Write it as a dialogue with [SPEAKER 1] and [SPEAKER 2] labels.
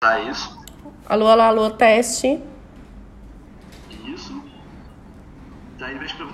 [SPEAKER 1] Tá isso?
[SPEAKER 2] Alô, alô, alô, teste.
[SPEAKER 1] Isso. Daí, Tá, em vez de